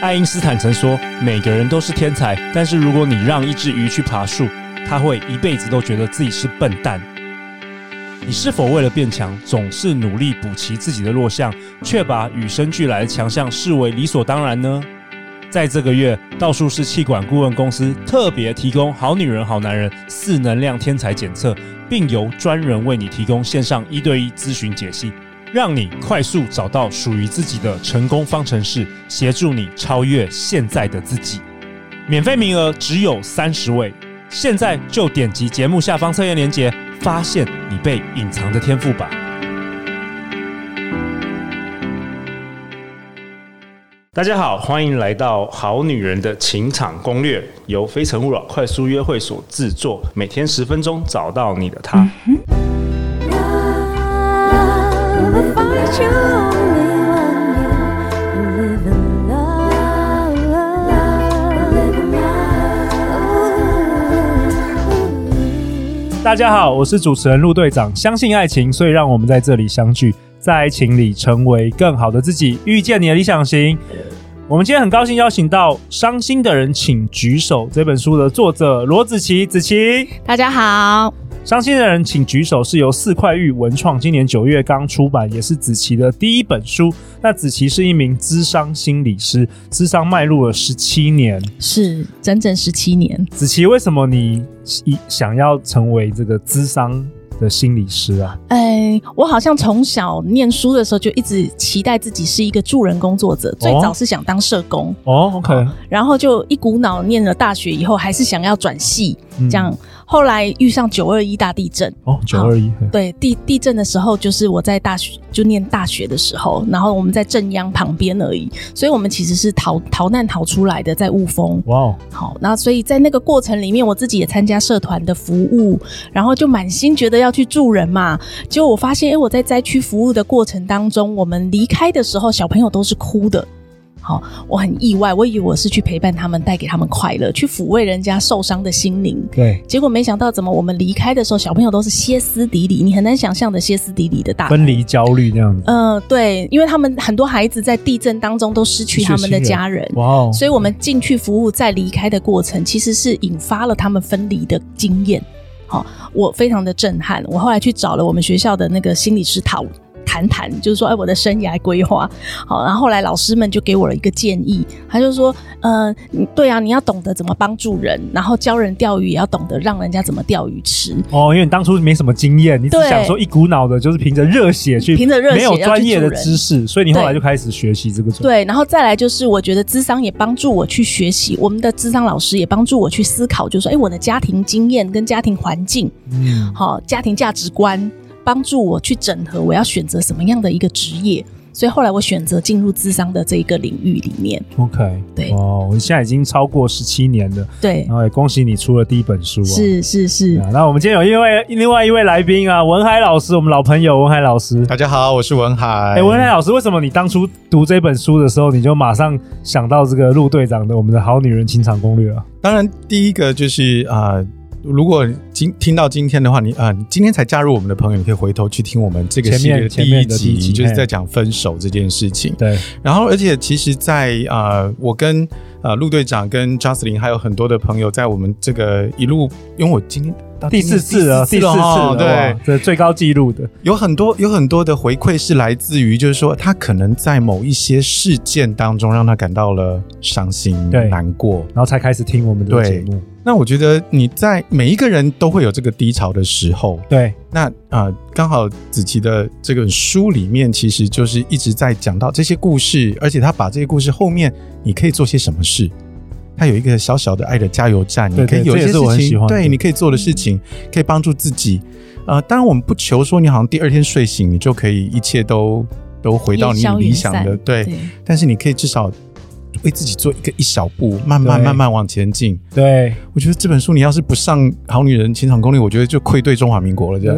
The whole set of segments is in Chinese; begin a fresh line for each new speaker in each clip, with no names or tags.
爱因斯坦曾说：“每个人都是天才，但是如果你让一只鱼去爬树，它会一辈子都觉得自己是笨蛋。”你是否为了变强，总是努力补齐自己的弱项，却把与生俱来的强项视为理所当然呢？在这个月，道术士气管顾问公司特别提供“好女人、好男人”四能量天才检测，并由专人为你提供线上一对一咨询解析，让你快速找到属于自己的成功方程式，协助你超越现在的自己。免费名额只有三十位，现在就点击节目下方测验链接，发现你被隐藏的天赋吧！大家好，欢迎来到《好女人的情场攻略》，由非诚勿扰快速约会所制作，每天十分钟，找到你的他。
Love, if I you only one you live in love, love, live in love.
大家好，我是主持人陆队长。相信爱情，所以让我们在这里相聚，在爱情里成为更好的自己，遇见你的理想型。我们今天很高兴邀请到《伤心的人请举手》这本书的作者罗子琪，子琪。
大家好，
伤心的人请举手是由四块玉文创今年九月刚出版，也是子琪的第一本书。那子琪是一名资商心理师，资商迈入了十七年。
是整整十七年。
子琪，为什么你一想要成为这个资商的心理师啊？
哎，我好像从小念书的时候就一直期待自己是一个助人工作者，最早是想当社工，
哦，OK，
然后就一股脑念了大学以后，还是想要转系，
嗯
这样。后来遇上九二一大地震，
哦，九二一，
对地地震的时候，就是我在大学就念大学的时候，然后我们在正央旁边而已，所以我们其实是逃逃难逃出来的，在雾峰。
哇哦，
好，那所以在那个过程里面，我自己也参加社团的服务，然后就满心觉得要去助人嘛。结果我发现，哎、我在灾区服务的过程当中，我们离开的时候，小朋友都是哭的。好，我很意外，我以为我是去陪伴他们，带给他们快乐，去抚慰人家受伤的心灵。
对，
结果没想到，怎么我们离开的时候，小朋友都是歇斯底里，你很难想象的歇斯底里的大哭
分离焦虑那样子，
嗯，对，因为他们很多孩子在地震当中都失去他们的家人，
哇哦，
所以我们进去服务在离开的过程，其实是引发了他们分离的经验。好、我非常的震撼。我后来去找了我们学校的那个心理师讨谈谈，就是说，哎，我的生涯规划。好，然后后来老师们就给我了一个建议，他就说，呃，你对啊，你要懂得怎么帮助人，然后教人钓鱼也要懂得让人家怎么钓鱼吃。
哦，因为你当初没什么经验，你只
对
想说一股脑的，就是凭着热血去，
凭着热血
没有专业的
要去助人
知识，所以你后来
对
就开始学习这个。，
对，然后再来就是，我觉得智商也帮助我去学习，我们的智商老师也帮助我去思考，就是说，哎，我的家庭经验跟家庭环境，
嗯，
好、家庭价值观，帮助我去整合我要选择什么样的一个职业。所以后来我选择进入智商的这一个领域里面。
OK，
对
哦，我现在已经超过十七年了，
对，
然后也恭喜你出了第一本书、哦，
是是
对
是
啊。，那我们今天有一位另外一位来宾啊，文海老师，我们老朋友文海老师。
大家好，我是文海。
哎、文海老师，为什么你当初读这本书的时候，你就马上想到这个陆队长的《我们的好女人情场攻略》啊？
当然，第一个就是啊、呃如果今听到今天的话，你啊、你今天才加入我们的朋友，你可以回头去听我们这个
前
系列
面
的
前
第
面
一
的
集，
第一集
就是
嘿
在讲分手这件事情。
对，
然后，而且其实在，呃，我跟呃陆队长、跟 Justin 还有很多的朋友，在我们这个一路，因为我今天到
第
今天
四次了，第四次了，
哦对
哇，，这最高纪录的。
有很多有很多的回馈是来自于，就是说他可能在某一些事件当中让他感到了伤心
对、
难过。
然后才开始听我们的节
对
目。
那我觉得你在每一个人都会有这个低潮的时候。
对，
那啊，呃刚好子琪的这本书里面，其实就是一直在讲到这些故事，而且他把这些故事后面你可以做些什么事。他有一个小小的爱的加油站，
对
你可以
对
有
这
一些
也是我很
事
喜
情，
欢的嗯
对，你可以做的事情，可以帮助自己。呃，当然我们不求说你好像第二天睡醒，你就可以一切都都回到你
烟消云
理想的，
散
对。
对
但是你可以至少为自己做一个一小步，慢慢
对
慢慢往前进。
对，
我觉得这本书你要是不上《好女人情场攻略》，我觉得就愧对中华民国了。这样，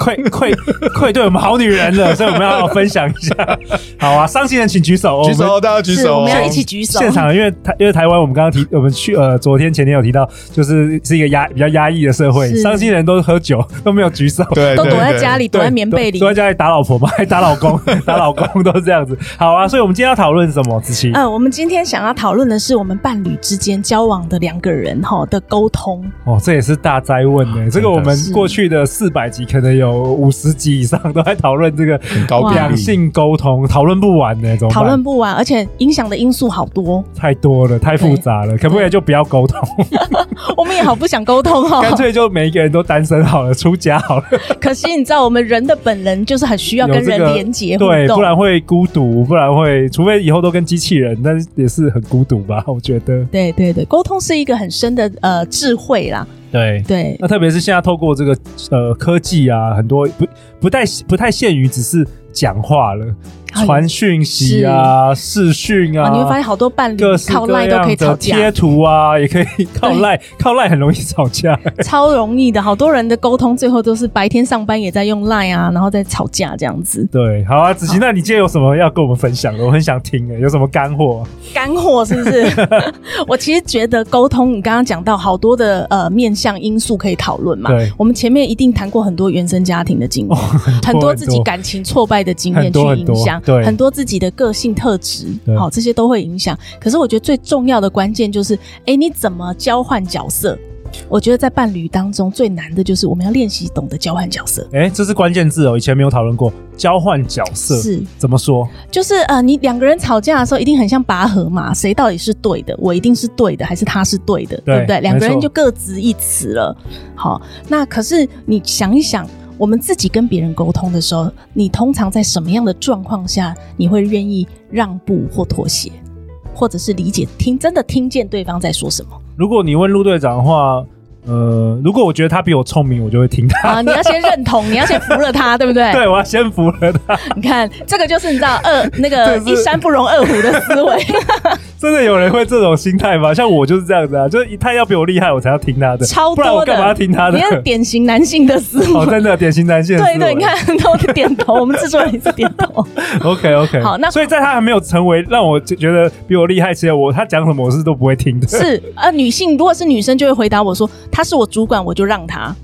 愧愧愧对我们好女人了，所以我们要分享一 下。好啊，伤心人请举手，
举
我们
手，大家举
是，
手。
我们要一起 举手。
现场，因为台因为台湾，我们刚刚提，我们去呃，昨天前天有提到，就是是一个压比较压抑的社会，
是
伤心人都喝酒都没有举手，
对，
都
对
躲在家。里，
对
躲在棉被里
都。在家里打老婆嘛，还打老公，打老公都是这样子。好啊，所以我们今天要讨论什么？子琪，
嗯，我我们今天想要讨论的是我们伴侣之间交往的两个人哈的沟通，
哦，这也是大灾问呢、这个我们过去啊的四百集，可能有五十集以上都在讨论这个
很高比
两
例，
性沟通，讨论不完呢、怎么办
讨论不完，而且影响的因素好多，
太多了，太复杂了，可不可以就不要沟通，
哦我们也好不想沟通哦。
干脆就每一个人都单身好了，出家好了，
可惜你知道，我们人的本能就是很需要
有
跟
这
人
个
连接互动，
对，不然会孤独，不然会，除非以后都跟机器人，但是也是很孤独吧，我觉得。
对对对，沟通是一个很深的呃智慧啦，
对，
对
那特别是现在透过这个呃科技啊，很多不不太不太限于只是讲话了，
哎
传讯息啊、视讯
啊，
啊，
你会发现好多伴侣
各式
靠
各
赖都可以
样
吵
的贴
架，
图啊，也可以靠赖，靠赖很容易吵 架。
超容易的。好多人的沟通最后都是白天上班也在用赖啊，然后再吵架这样子。
对，好啊，子琪，那你今天有什么要跟我们分享的？我很想听欸诶，有什么干货？
干货是不是？ 我其实觉得沟通，你刚刚讲到好多的呃面向因素可以讨论嘛。
对
我们前面一定谈过很多原生家庭的经验，很多自己感情挫败的经
哦
验
很
去
多很
影
多
响，
对
很多自己的个性特质，
对
好、这些都会影响。可是我觉得最重要的关键就是，哎，你怎么交换角色？我觉得在伴侣当中最难的就是我们要练习懂得交换角色。
哎，这是关键字哦，以前没有讨论过交换角色，
是，
怎么说？
就是呃，你两个人吵架的时候，一定很像拔河嘛，谁到底是对的？我一定是对的，还是他是对的？
对
不对？两个
没
人
错
就各执一词了。好，那可是你想一想，我们自己跟别人沟通的时候，你通常在什么样的状况下，你会愿意让步或妥协，或者是理解听真的听见对方在 说什么
如果你问陆队长的话，呃，如果我觉得他比我聪明，我就会听他。
啊？你要先认同，你要先服了他，对不 对？
对，我要先服了他。
你看，这个就是你知道二那 个
这是
一山不容二虎的思维。
真的有人会这种心态吗？像我就是这样子啊，就是他要比我厉害，我才要听他的，
超
不然
多
我
的，
干嘛要听他的
你？看典型男性的思
哦，
维。
真的典型男性的思
对
维。
对，你看都点头，我们制作人也是点 头。
，OK OK。
好那
所以在他还没有成为让我觉得比我厉害之前，我他讲什么我是都不会听的。
是呃，女性如果是女生就会回答我说：“他是我主管，我就让他，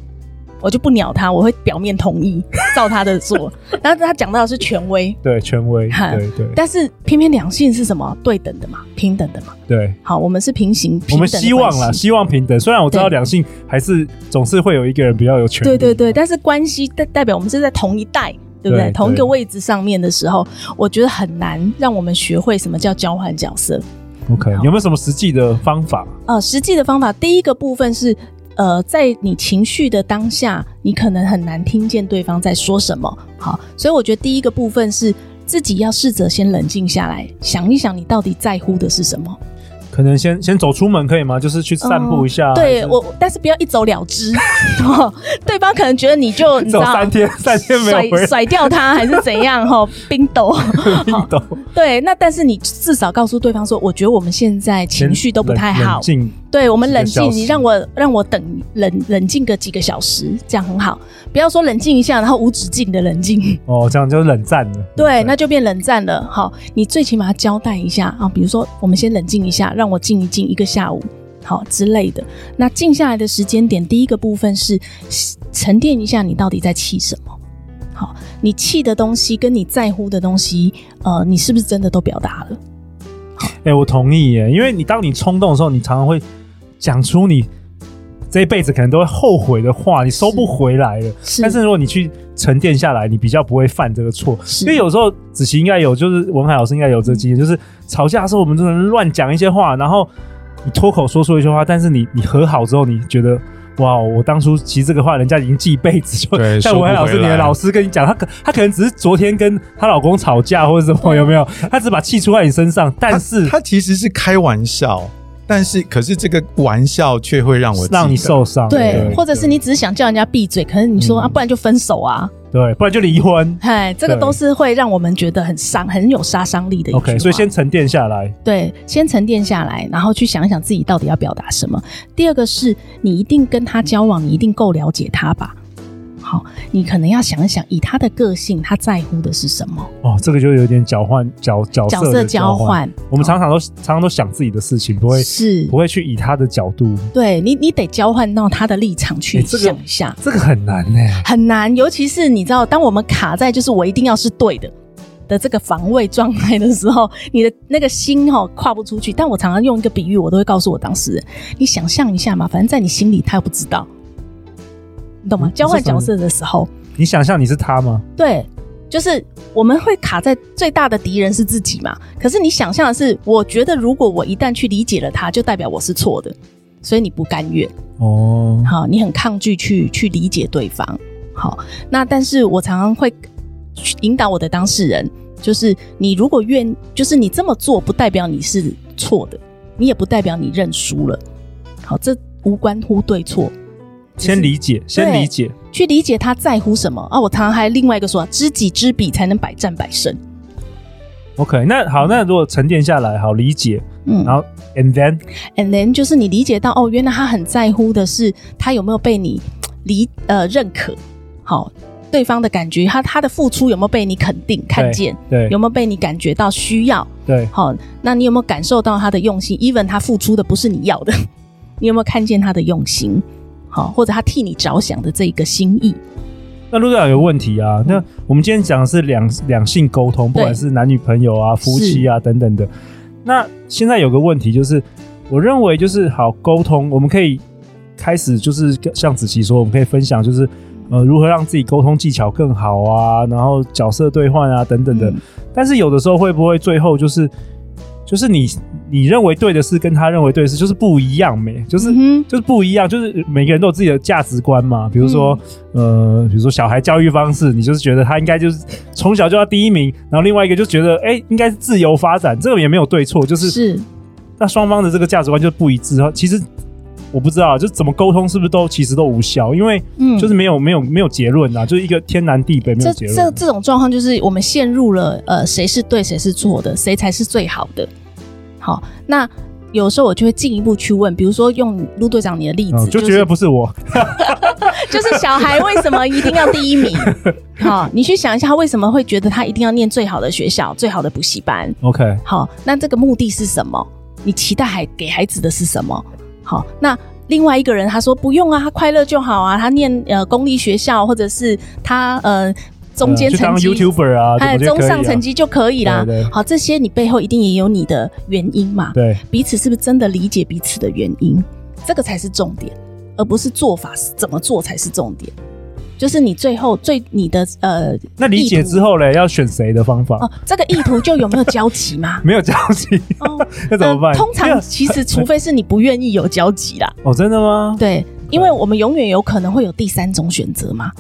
我就不鸟他，我会表面同意，照他 的做。”然后他讲到的是权威，
对权威，
哈
对对
但是偏偏两性是什么？对等的嘛，平等的嘛。
对，
好，我们是平行，
我
平
们
等的
希望啦，
关系
希望平等。虽然我知道
对
两性还是总是会有一个人比较有权，
对对，对，但是关系代代表我们是在同一代，对不对？
对
同一个
对
位置上面的时候，我觉得很难让我们学会什么叫交换角色。
OK，有没有什么实际的方法？
呃，实际的方法，第一个部分是，呃，在你情绪的当下，你可能很难听见对方在说什么。好，所以我觉得第一个部分是自己要试着先冷静下来，想一想你到底在乎的是什么。
可能先先走出门可以吗？就是去散步一下。啊还
哦对
是
我，但是不要一走了之， 哦，对方可能觉得你就你知
走
道。
三 天，三天没有
甩
回 来，
甩掉他还是怎样？哈，冰斗。
运动。
对，那但是你至少告诉对方说，我觉得我们现在情绪都不太
冷
好
冷，静
对我们冷
几个小
静，
时
你让我让我等冷冷静个几个小时，这样很好。不要说冷静一下，然后无止境的 冷静，
哦，这样就冷战了。
对，那就变冷战了。好，你最起码交代一下啊，比如说我们先冷静一下，让我静一静一个下午，好之类的。那静下来的时间点，第一个部分是沉淀一下，你到底在气什么。好，你气的东西跟你在乎的东西，呃，你是不是真的都表达了？
哎、我同意耶，因为你当你冲动的时候，你常常会讲出你这一辈子可能都会后悔的话，你收不回来了。
是
但是如果你去沉淀下来，你比较不会犯这个错。
是
因为有时候子琪应该有，就是文海老师应该有这经验，就是吵架的时候我们真的乱讲一些话，然后你脱口说出一些话，但是你你和好之后，你觉得。哇！我当初其实这个话，人家已经记一辈子，就
对
像
收不
文海老师，
回
你
来
的老师跟你讲，他可他可能只是昨天跟她老公吵架或者什么，有没有？他只把气出在你身上，但
他
是
他其实是开玩笑，但是可是这个玩笑却会让我
让你
记得
受伤，
对，
对
或者是你只是想叫人家闭嘴，可是你说、
嗯
啊，不然就分手啊，
对，不然就离婚。
嗨，这个
对
都是会让我们觉得很伤、很有杀伤力的一句话。
OK，所以先沉淀下来，
对，先沉淀下来，然后去想一想自己到底要表达什么。第二个是你一定跟他交往，你一定够了解他吧？好，你可能要想一想，以他的个性，他在乎的是什么？
哦，这个就有点交换角角
角
色
色
的
交
交换。
换，
我们常常都常常都想自己的事情，不会
是
不，会去以他的角度，
对你，你得交换到他的立场去
哎这个
想一下。
这个很难呢。
很难，尤其是你知道，当我们卡在就是我一定要是对的的这个防卫状态的时候，你的那个心哦跨不出去。但我常常用一个比喻，我都会告诉我当事人，你想象一下嘛，反正在你心里他又不知道，你懂吗？交换角色的时候，
你想象你是他吗？
对，就是我们会卡在最大的敌人是自己嘛。可是你想象的是，我觉得如果我一旦去理解了他，就代表我是错的，所以你不甘愿。
哦，
好，你很抗拒去去理解对方。好，那但是我常常会去引导我的当事人，就是你如果愿，就是你这么做，不代表你是错的，你也不代表你认输了。好，这无关乎对错，
先理解，先理解，
去理解他在乎什么啊。我常常还另外一个说，知己知彼才能百战百胜。
OK，那好，那如果沉淀下来，好理解，
嗯
然后 and then
，and then 就是你理解到哦，原来他很在乎的是他有没有被你理呃认可，好，对方的感觉，他他的付出有没有被你肯定看见，
对
有没有被你感觉到需要，
对
好，那你有没有感受到他的用心？even 他付出的不是你要的， 你有没有看见他的用心？好，或者他替你着想的这一个心意，
那陆队长有问题啊？那我们今天讲的是两两性沟通，不管是男女朋友啊、夫妻啊等等的。那现在有个问题就是，我认为就是好沟通，我们可以开始就是像子琪说，我们可以分享就是呃如何让自己沟通技巧更好啊，然后角色兑换啊等等的。
嗯
但是有的时候会不会最后就是就是你你认为对的事跟他认为对的事就是不一样没？就是、
嗯哼
就是不一样，就是每个人都有自己的价值观嘛。比如说，呃，比如说小孩教育方式，你就是觉得他应该就是从小就要第一名，然后另外一个就觉得，哎、应该是自由发展，这个也没有对错，就是
嗯是
那双方的这个价值观就不一致。其实我不知道，就是怎么沟通是不是都其实都无效，因为
嗯
就是没有、没有没有结论呐，就是一个天南地北没有
这
结
这
论。
这种状况就是我们陷入了呃，谁是对，谁是错的，谁才是最好的。好，那有时候我就会进一步去问，比如说用陆队长你的例子，
嗯，就觉得不是我，
就是、就是小孩为什么一定要第一 名？好，你去想一下，他为什么会觉得他一定要念最好的学校、最好的补习班？
OK，
好，那这个目的是什么？你期待孩给孩子的是什么？好，那另外一个人他说不用啊，他快乐就好啊，他念呃公立学校或者是他呃中间
去
成
当
绩、
YouTuber 啊，
哎，
怎么就
中
可以
上
啊
成绩就可以啦。
对对
好，这些你背后一定也有你的原因嘛？
对，
彼此是不是真的理解彼此的原因？这个才是重点，而不是做法是怎么做才是重点。就是你最后最你的呃，
那理解
意图
之后嘞，要选谁的方法？？
哦，这个意图就有没有交集嘛
没有交集，
哦，
那怎么办？
呃通
因
常
为
其实，除非是你不愿意有交集 啦，
哦，真的吗？
对，因为我们永远有可能会有第三种选择嘛。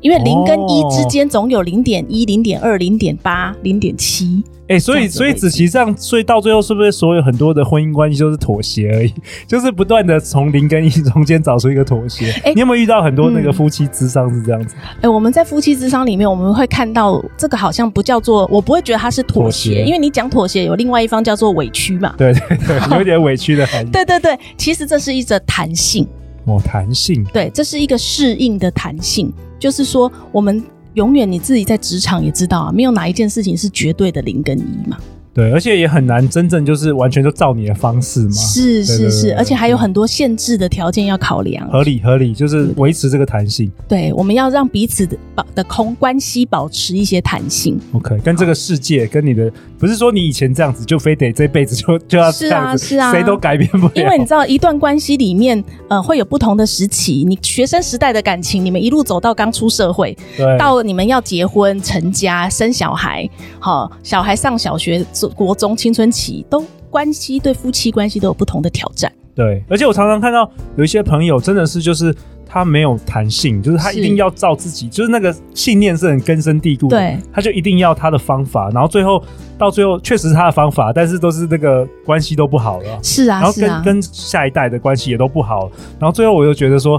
因为零跟一之间总有零点一、零点二、零点八、零点七，
哎、所
这
以
样子
所以
会
子琪这样，所以到最后是不是所有很多的婚姻关系都是妥协而已？ 就是不断的从零跟一中间找出一个妥协。
哎
你有没有遇到很多那个
嗯
夫妻之商是这样子？
哎、我们在夫妻之商里面，我们会看到这个好像不叫做，我不会觉得它是
妥
妥协，
协
因为你讲妥协，有另外一方叫做委屈嘛。
对对对， 有一点委屈的含义。
对对对，其实这是一则弹性，
哦，弹性
对，这是一个适应的弹性，就是说我们永远你自己在职场也知道啊，没有哪一件事情是绝对的零跟一嘛。
对，而且也很难真正就是完全就照你的方式嘛，
是
对对
是
对嗯
是，
对
而且还有很多限制的条件要考量。
合理合理，就是维持这个弹性。
对，我们要让彼此的保的空关系保持一些弹性。
OK，跟这个世界，跟你的不是说你以前这样子就非得这辈子就就要这样子，
是啊是啊
谁都改变不了。
因为你知道，一段关系里面，呃，会有不同的时期。你学生时代的感情，你们一路走到刚出社会，
对
到你们要结婚、成家、生小孩，好、小孩上小学、国中、青春期，都关系对夫妻关系都有不同的挑战。
对，而且我常常看到有一些朋友真的是就是他没有弹性，就是他
是
一定要照自己，就是那个信念是很根深蒂固的，
对，
他就一定要他的方法，然后最后到最后确实是他的方法，但是都是那个关系都不好了，
是
然
啊，
后
是
跟、
啊，
跟下一代的关系也都不好，然后最后我又觉得说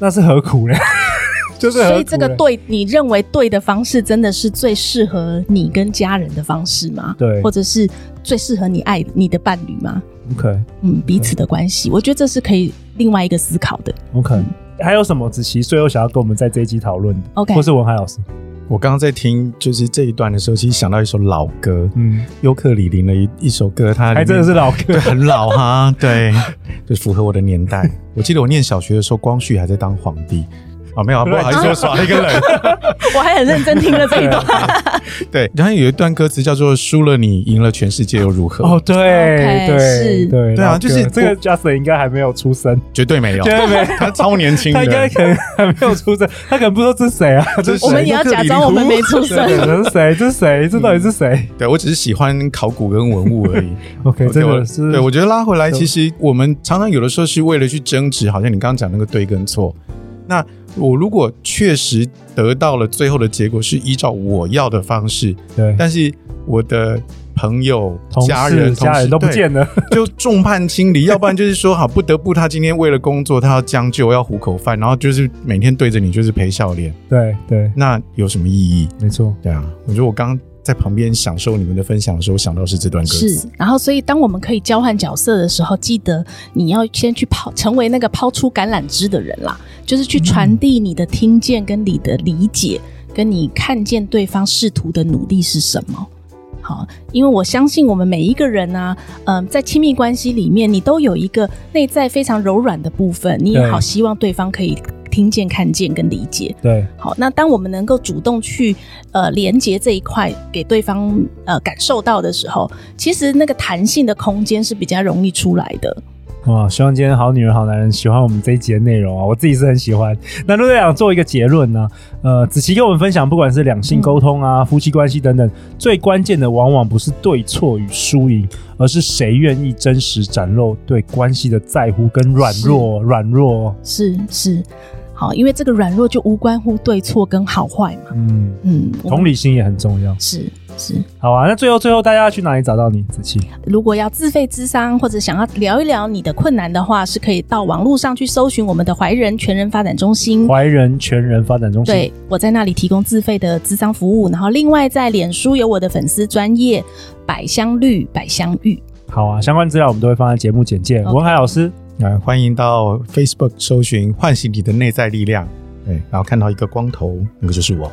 那是何苦呢？ 就是何苦
所以这个
嘞
对你认为对的方式，真的是最适合你跟家人的方式吗？
对
或者是最适合你爱你的伴侣吗？
OK
嗯，彼此的关系，我觉得这是可以另外一个思考的。
OK。还有什么子琪最后想要跟我们在这一集讨论的
OK
或是文海老师？
我刚刚在听就是这一段的时候，其实想到一首老歌，
嗯，
尤克里里的一一首歌，它里面
还真的是老歌
对，很老哈，对，就符合我的年代。我记得我念小学的时候，光绪还在当皇帝，啊，没有啊，不好意思，我耍了一个冷。
我还很认真听了这一段。
对，然后有一段歌词叫做“输了你，赢了全世界又如何”，
哦，对
OK，
对
是
对
对
老
啊
哥
就是
这个
我
Justin 应该还没有出生，
绝对没有，
绝对没有
他超年轻的，
他应该可能还没有出生， 他可能不知道这是谁啊， 这是
我们也要假装我们 没出
对
生。
这是谁？这是谁？这到底是谁
对我只是喜欢考古跟文物而已。
？OK，
对
真
我
的是
对我觉得拉回来，
对
其实我们常常有的时候是为了去争执，好像你刚刚讲那个对跟错。那我如果确实得到了最后的结果是依照我要的方式，
对
但是我的朋友、
同
家
事
人、同
家
事
人都不
对
见了，
就众叛亲离，要不然就是说好，不得不他今天为了工作，他要将就，要糊口饭，然后就是每天对着你就是陪笑脸，
对对，
那有什么意义？
没错，
对啊，我觉得我刚刚在旁边享受你们的分享的时候，想到是这段歌词，
是，然后所以当我们可以交换角色的时候，记得你要先去抛，成为那个抛出橄榄枝的人啦，就是去传递你的听见跟你的理解，跟你看见对方试图的努力是什么。好，因为我相信我们每一个人呢、嗯、在亲密关系里面，你都有一个内在非常柔软的部分，你也
对
好希望对方可以听见、看见跟理解。
对
好，那当我们能够主动去呃连接这一块，给对方呃感受到的时候，其实那个弹性的空间是比较容易出来的。
哇！希望今天好女人好男人喜欢我们这一集的内容啊，我自己是很喜欢。那陆队长做一个结论呢、呃，子琪跟我们分享，不管是两性沟通啊、夫妻关系等等，最关键的往往不是对错与输赢，而是谁愿意真实展露对关系的在乎跟软弱、软弱。
是是，好，因为这个软弱就无关乎对错跟好坏嘛。
嗯，
嗯，我
同理心也很重要。
是是。
好啊，那最后最后大家要去哪里找到你，子琪？
如果要自费咨商或者想要聊一聊你的困难的话，是可以到网络上去搜寻我们的怀仁全人发展中心。
怀仁全人发展中心。
对，我在那里提供自费的咨商服务，然后另外在脸书有我的粉丝专业百香绿百香玉。
好啊，相关资料我们都会放在节目简介。
OK
文海老师，
那、欢迎到 Facebook 搜寻“唤醒你的内在力量”，对，然后看到一个光头，那个就是我。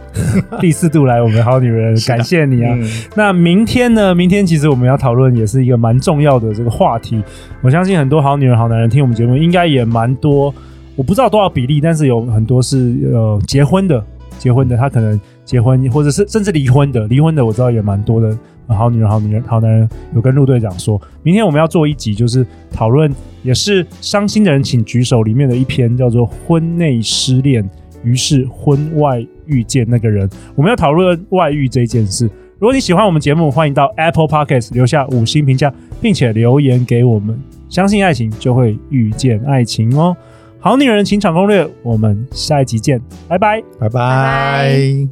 第四度来我们好女人，
是的
感谢你啊。
嗯，
那明天呢？明天其实我们要讨论也是一个蛮重要的这个话题。我相信很多好女人、好男人听我们节目，应该也蛮多，我不知道多少比例，但是有很多是呃结婚的，结婚的他可能结婚，或者是甚至离婚的，离婚的我知道也蛮多的。呃好女人、好女人、好男人有跟陆队长说，明天我们要做一集，就是讨论也是伤心的人请举手里面的一篇叫做《婚内失恋，于是婚外遇见那个人》，我们要讨论外遇这件事。如果你喜欢我们节目，欢迎到 Apple Podcast 留下五星评价，并且留言给我们。相信爱情，就会遇见爱情哦。好女人情场攻略，我们下一集见，拜拜。
拜拜。